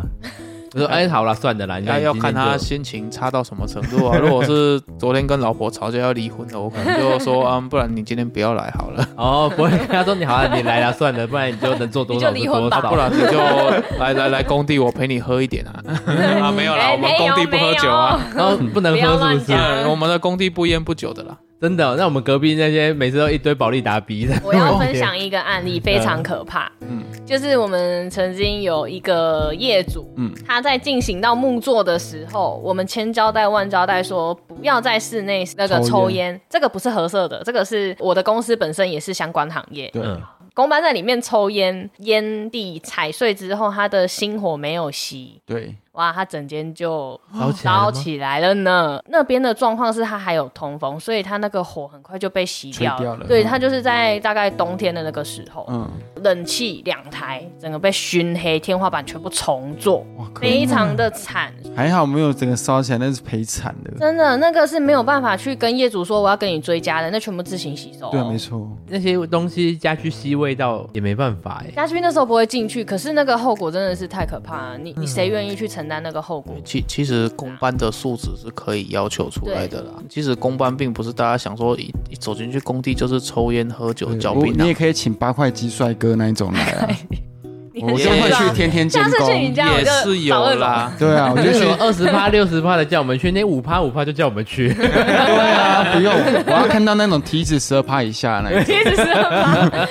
Speaker 2: 我说，哎，好了，算的啦，你
Speaker 1: 那要看他
Speaker 2: 今
Speaker 1: 心情差到什么程度啊。如果是昨天跟老婆吵架要离婚了，我可能就说，嗯，不然你今天不要来好了，
Speaker 2: 天就哦，不会跟他说你好啊了，你来了，算了，不然你就能做多少
Speaker 4: 你就离婚吧
Speaker 2: 多少
Speaker 1: 不然啊你就来来来工地，我陪你喝一点 啊。啊，没有啦，我们
Speaker 4: 哎没
Speaker 1: 工
Speaker 4: 有
Speaker 1: 地不喝酒啊。
Speaker 4: 没有
Speaker 2: 然后哦不能
Speaker 4: 不
Speaker 2: 喝，
Speaker 4: 要
Speaker 2: 是
Speaker 4: 乱
Speaker 2: 不是？
Speaker 4: 讲
Speaker 1: 对，我们的工地不烟不酒的啦。
Speaker 2: 真的哦，那我们隔壁那些每次都一堆保利达逼的，
Speaker 4: 我要分享一个案例，非常可怕。
Speaker 3: 嗯
Speaker 4: 嗯，就是我们曾经有一个业主，
Speaker 3: 嗯
Speaker 4: 嗯，他在进行到木作的时候，我们千交代万交代说不要在室内那个
Speaker 3: 抽
Speaker 4: 抽
Speaker 3: 烟
Speaker 4: 烟，这个不是合适的，这个是我的公司本身也是相关行业。
Speaker 3: 对，
Speaker 2: 嗯
Speaker 4: 工班在里面抽烟，烟蒂踩碎之后，他的心火没有熄，
Speaker 3: 对，
Speaker 4: 哇，他整间就
Speaker 2: 烧起来了吗
Speaker 4: 烧起来了呢。那边的状况是它还有通风，所以它那个火很快就被熄掉了。
Speaker 3: 吹掉了
Speaker 4: 对，
Speaker 3: 嗯
Speaker 4: 它就是在大概冬天的那个时候，
Speaker 3: 嗯，
Speaker 4: 冷气两台整个被熏黑，天花板全部重做，
Speaker 3: 哇，可啊
Speaker 4: 非常的惨。
Speaker 3: 还好没有整个烧起来，那是赔惨的。
Speaker 4: 真的，那个是没有办法去跟业主说我要跟你追加的，那全部自行吸哦收。
Speaker 3: 对，啊没错，
Speaker 2: 那些东西家居吸味道也没办法哎。
Speaker 4: 家驹那时候不会进去，可是那个后果真的是太可怕了。你
Speaker 3: 嗯
Speaker 4: 你谁愿意去承担那个后果？
Speaker 1: 其其实公班的素质是可以要求出来的啦。其实公班并不是大家想说一一走进去工地就是抽烟喝酒嚼啊
Speaker 3: 我
Speaker 1: 槟
Speaker 3: 你也
Speaker 1: 榔，
Speaker 3: 可以请八块肌帅哥那一种来 啊，
Speaker 4: 你
Speaker 3: 我
Speaker 4: 很
Speaker 3: 就
Speaker 1: 真
Speaker 3: 会
Speaker 4: 知道
Speaker 3: 去天天监
Speaker 4: 啊下次去你
Speaker 3: 工。
Speaker 4: 家我
Speaker 1: 也
Speaker 4: 就是
Speaker 1: 有
Speaker 4: 找那 种
Speaker 1: 啦。
Speaker 3: 对啊，我就
Speaker 2: 为什
Speaker 3: 去
Speaker 2: 么二十趴、六十趴的叫我们去，那五趴、五趴就叫我们 去？
Speaker 3: 对啊，不用，我要看到那种体脂十二趴以下那一种，
Speaker 4: 其实是很麻烦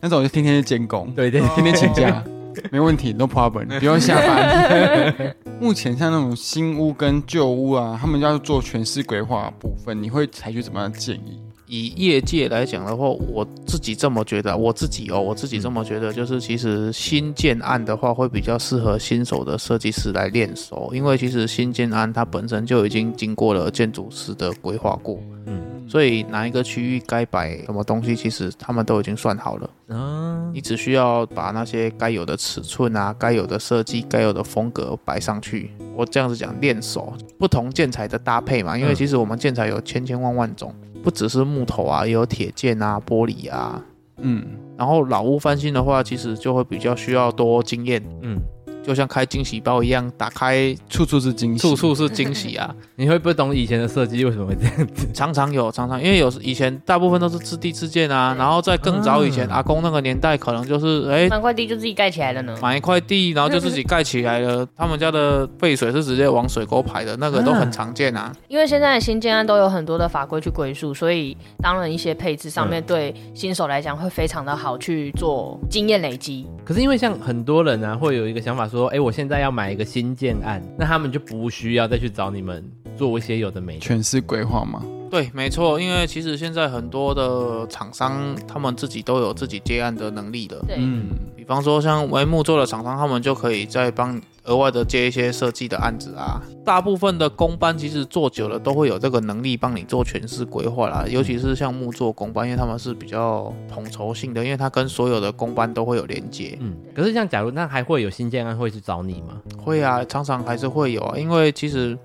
Speaker 3: 那种我就天天去监工，
Speaker 2: 对对，
Speaker 3: 天天请 假，没问题，no problem，不用下班。目前像那种新屋跟旧屋啊，他们要做全市规划部分，你会采取怎么样的建议？
Speaker 1: 以业界来讲的话，我自己这么觉得，我自己哦，我自己这么觉得，就是其实新建案的话，会比较适合新手的设计师来练手，因为其实新建案它本身就已经经过了建筑师的规划过，
Speaker 2: 嗯
Speaker 1: 嗯，所以哪一个区域该摆什么东西，其实他们都已经算好了。
Speaker 2: 嗯，
Speaker 1: 你只需要把那些该有的尺寸啊、该有的设计、该有的风格摆上去。我这样子讲，练手不同建材的搭配嘛，因为
Speaker 2: 嗯
Speaker 1: 其实我们建材有千千万万种，不只是木头啊，也有铁件啊、玻璃啊。
Speaker 3: 嗯，
Speaker 1: 然后老屋翻新的话，其实就会比较需要多经验。
Speaker 2: 嗯，
Speaker 1: 就像开惊喜包一样，打开
Speaker 3: 处处是惊喜，
Speaker 1: 处处是惊喜啊！
Speaker 2: 你会不懂以前的设计为什么会这样 子？
Speaker 1: 常常有，常常因为有时以前大部分都是自地自建啊，然后在更早以前，
Speaker 2: 嗯
Speaker 1: 阿公那个年代可能就是哎。
Speaker 4: 搬块地就自己盖起来了呢。
Speaker 1: 买一块地，然后就自己盖起来了。他们家的废水是直接往水沟排的，那个都很常见啊。
Speaker 4: 因为现在的新建案都有很多的法规去归属，所以当然一些配置上面对新手来讲会非常的好去做经验累积。
Speaker 2: 可是因为像很多人啊，会有一个想法说，哎、我现在要买一个新建案，那他们就不需要再去找你们做一些有的没的。
Speaker 3: 全是规划嘛。
Speaker 1: 对，没错，因为其实现在很多的厂商他们自己都有自己接案的能力的。
Speaker 4: 对，
Speaker 3: 嗯，
Speaker 1: 比方说像为木做的厂商，他们就可以再帮你额外的接一些设计的案子啊。大部分的工班其实做久了都会有这个能力帮你做全市规划啦，尤其是像木作工班，因为他们是比较统筹性的，因为它跟所有的工班都会有连接。
Speaker 2: 嗯，可是像假如那还会有新建案会去找你吗？
Speaker 1: 会啊，
Speaker 2: 嗯
Speaker 1: 常常还是会有啊，因为其实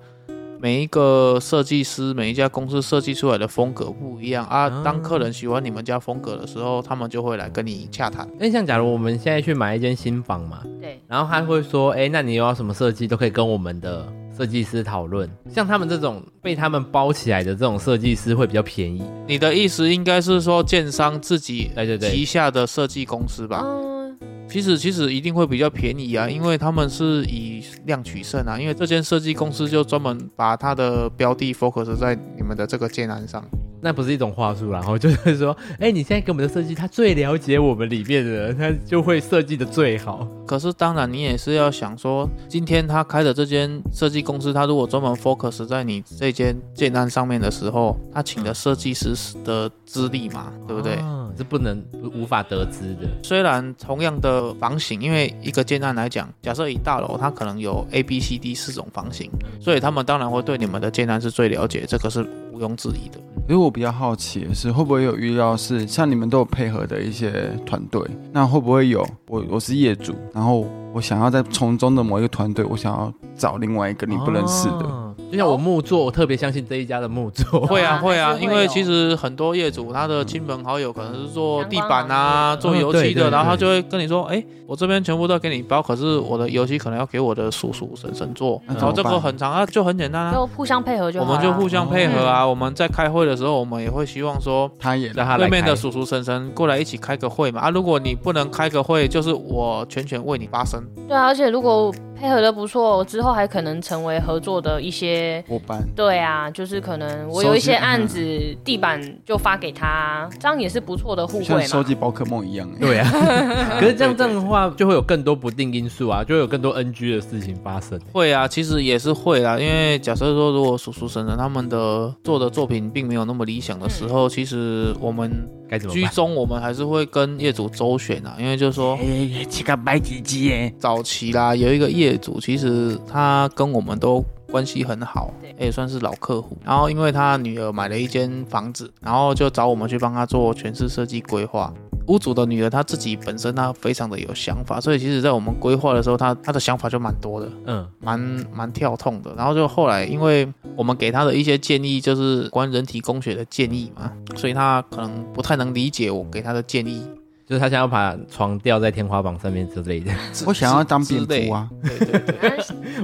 Speaker 1: 每一个设计师、每一家公司设计出来的风格不一样啊
Speaker 2: 啊。
Speaker 1: 当客人喜欢你们家风格的时候，他们就会来跟你洽谈。
Speaker 2: 因为像假如我们现在去买一间新房嘛，
Speaker 4: 对，
Speaker 2: 然后他会说，哎、那你有要什么设计都可以跟我们的设计师讨论。像他们这种被他们包起来的这种设计师会比较便宜。
Speaker 1: 你的意思应该是说，建商自己
Speaker 2: 对对对
Speaker 1: 旗，下的设计公司吧？
Speaker 4: 嗯，
Speaker 1: 其实其实一定会比较便宜啊，因为他们是以量取胜啊，因为这间设计公司就专门把它的标的 focus 在你们的这个建案上。
Speaker 2: 那不是一种话术啦，然后就是说，哎、你现在给我们的设计，他最了解我们里面的人，他就会设计的最好。
Speaker 1: 可是当然，你也是要想说，今天他开的这间设计公司，他如果专门 focus 在你这间建案上面的时候，他请的设计师的资历嘛，对不对？
Speaker 2: 啊是不能无法得知的。
Speaker 1: 虽然同样的房型，因为一个建案来讲，假设一大楼它可能有 A、B、C、D 四种房型，所以他们当然会对你们的建案是最了解，这个是毋庸置疑的。
Speaker 3: 因为我比较好奇的是，会不会有遇到是像你们都有配合的一些团队，那会不会有我我是业主，然后我想要在从中的某一个团队，我想要找另外一个你不认识的，
Speaker 2: 哦就像我木作，我特别相信这一家的木作。
Speaker 1: 会啊，
Speaker 4: 还是
Speaker 1: 会啊，
Speaker 4: 会
Speaker 1: 因为
Speaker 4: 有
Speaker 1: 其实很多业主他的亲朋好友可能是做地板啊、
Speaker 4: 相关行业的
Speaker 1: 做油漆的，
Speaker 2: 嗯对对对
Speaker 1: 然后他就会跟你说，哎，我这边全部都给你包，可是我的油漆可能要给我的叔叔婶婶做，
Speaker 3: 那
Speaker 1: 然
Speaker 3: 怎
Speaker 1: 后哦这
Speaker 3: 么办
Speaker 1: 个很长啊，就很简单啊。
Speaker 4: 嗯就互相配合就
Speaker 1: 我
Speaker 4: 好
Speaker 1: 们就互
Speaker 4: 相
Speaker 1: 相配合啊！我们在开会的时候，我们也会希望说，
Speaker 3: 他也
Speaker 2: 嗯让他来
Speaker 1: 对面的
Speaker 2: 开
Speaker 1: 叔叔婶婶过来一起开个会嘛啊！如果你不能开个会，就是我全权为你发声。
Speaker 4: 对啊，而且如果配合的不错，之后还可能成为合作的一些。
Speaker 3: 伙伴。
Speaker 4: 对啊，就是可能我
Speaker 3: 收集
Speaker 4: 有一些案子，地板就发给他，这样也是不错的互
Speaker 3: 像
Speaker 4: 惠
Speaker 3: 收
Speaker 4: 嘛。啊
Speaker 3: 集宝可梦一样、欸，
Speaker 2: 对啊， 可是这
Speaker 1: 对对
Speaker 2: 样这样的话，就会有更多不定因素啊，就会有更多 NG 的事情发生。
Speaker 1: 会啊，其实也是会啦，因为假设说，如果叔叔婶婶他们的做的作品并没有那么理想的时
Speaker 3: 嗯
Speaker 1: 候，其实我们
Speaker 2: 该怎么
Speaker 1: 居
Speaker 2: 办？
Speaker 1: 中我们还是会跟业主周旋啊，因为就是说
Speaker 3: 哎，这个白吉吉耶，
Speaker 1: 早期啦，有一个业主，其实他跟我们都关系很好
Speaker 4: 对，
Speaker 1: 也算是老客户。然后因为他女儿买了一间房子，然后就找我们去帮他做全市设计规划。屋主的女儿她自己本身她非常的有想法，所以其实在我们规划的时候，她她的想法就蛮多的。
Speaker 2: 嗯，
Speaker 1: 蛮蛮跳痛的。然后就后来，因为我们给他的一些建议就是关于人体工学的建议嘛，所以他可能不太能理解我给他的建议。
Speaker 2: 就是他想要把床吊在天花板上面之类的，
Speaker 1: 之
Speaker 3: 我想要当
Speaker 1: 之
Speaker 3: 蝙
Speaker 1: 类
Speaker 3: 蝠啊，
Speaker 1: 对对对，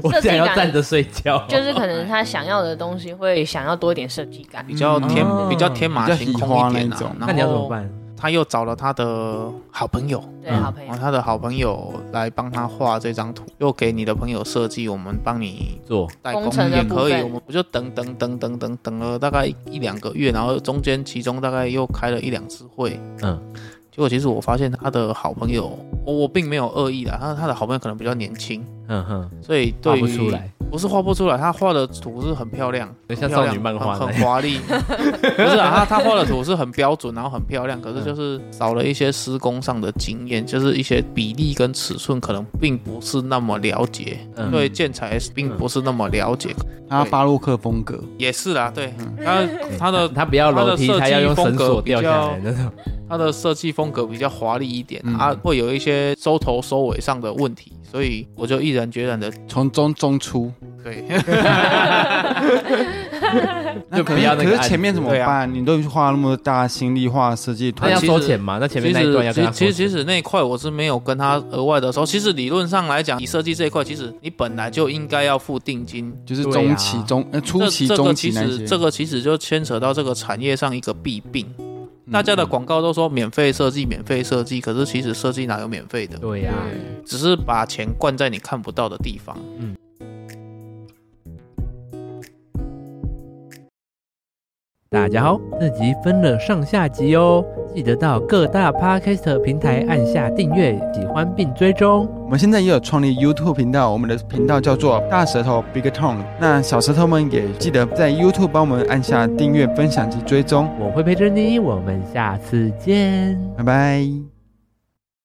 Speaker 2: 我
Speaker 4: 嗯设计
Speaker 2: 想要
Speaker 4: 感
Speaker 2: 站着睡觉。
Speaker 4: 就是可能他想要的东西会想要多一点设计感。
Speaker 1: 比较天、
Speaker 2: 哦
Speaker 1: 比较天马行
Speaker 3: 嗯比较喜
Speaker 1: 空
Speaker 3: 欢
Speaker 1: 一点
Speaker 3: 那种
Speaker 1: 啊。
Speaker 2: 那你要怎么？办？
Speaker 1: 他又找了他的好朋友，
Speaker 4: 对，
Speaker 2: 嗯
Speaker 4: 好
Speaker 3: 啊
Speaker 4: 朋友
Speaker 1: 然后，他的好朋友来帮他画这张图，又给你的朋友设计，我们帮你
Speaker 2: 做
Speaker 1: 代
Speaker 4: 工
Speaker 1: 工
Speaker 4: 程的
Speaker 1: 也可以
Speaker 4: 部。分
Speaker 1: 我们不就等等等等等等了大概一两个月，然后中间其中大概又开了一两次会，
Speaker 2: 嗯，
Speaker 1: 结果其实我发现他的好朋友，我我并没有恶意的，他他的好朋友可能比较年轻，
Speaker 2: 嗯哼，
Speaker 1: 所以
Speaker 2: 画
Speaker 1: 对
Speaker 2: 不
Speaker 1: 于
Speaker 2: 出，来，
Speaker 1: 不是画不出来，他画的图是很漂亮，
Speaker 2: 就像
Speaker 1: 很漂
Speaker 2: 少
Speaker 1: 亮
Speaker 2: 女漫画
Speaker 1: 很
Speaker 2: 那
Speaker 1: 很
Speaker 2: 样。
Speaker 1: 华 丽，不是啊，他他画的图是很标准，然后很漂亮，可是就是少了一些施工上的经验，就是一些比例跟尺寸可能并不是那么了解，
Speaker 2: 嗯
Speaker 1: 对建材并不是那么了解，
Speaker 3: 他巴洛克风格，
Speaker 1: 也是啦，对
Speaker 3: 嗯
Speaker 1: 他他的
Speaker 2: 他不要楼
Speaker 1: 他的
Speaker 2: 梯，
Speaker 1: 设计
Speaker 2: 他要用绳索
Speaker 1: 风格比较
Speaker 2: 吊下来那种。
Speaker 1: 它的设计风格比较华丽一点、
Speaker 3: 嗯
Speaker 1: 啊，会有一些收头收尾上的问题，所以我就毅然决然的
Speaker 3: 从中中出，
Speaker 1: 对，
Speaker 3: 那可
Speaker 2: 不要
Speaker 3: 是
Speaker 2: 那
Speaker 3: 可
Speaker 2: 个
Speaker 3: 是前面怎么
Speaker 1: 对啊哎
Speaker 3: 办？你都花那么大心力画设计图
Speaker 2: 那，要
Speaker 1: 其实
Speaker 2: 收钱吗？那前 面
Speaker 1: 其
Speaker 2: 那一段要
Speaker 1: 实
Speaker 2: 跟他
Speaker 1: 其
Speaker 2: 收
Speaker 1: 其实
Speaker 2: 钱
Speaker 1: 其实那一块我是没有跟他额外的收。其实理论上来讲，以设计这一块，其实你本来就应该要付定金。
Speaker 3: 就是
Speaker 2: 对
Speaker 3: 中
Speaker 2: 啊
Speaker 3: 期、中呃初
Speaker 1: 这
Speaker 3: 期、
Speaker 1: 这
Speaker 3: 中
Speaker 1: 个
Speaker 3: 期
Speaker 1: 其
Speaker 3: 那
Speaker 1: 实
Speaker 3: 些。
Speaker 1: 这个其实就牵扯到这个产业上一个弊病。大家的广
Speaker 3: 广
Speaker 1: 告都说免费设计，免费设计，可是其实设计哪有免费的？
Speaker 2: 对呀、
Speaker 4: 嗯
Speaker 1: 只是把钱灌在你看不到的地方。
Speaker 2: 嗯。大家好，这集分了上下集哦，记得到各大 podcast 平台按下订阅、喜欢并追踪。
Speaker 3: 我们现在也有创立 YouTube 频道，我们的频道叫做大舌头 Big Tongue。那小舌头们也记得在 YouTube 帮我们按下订阅、分享及追踪，
Speaker 2: 我会陪着你，我们下次见。
Speaker 3: 拜拜。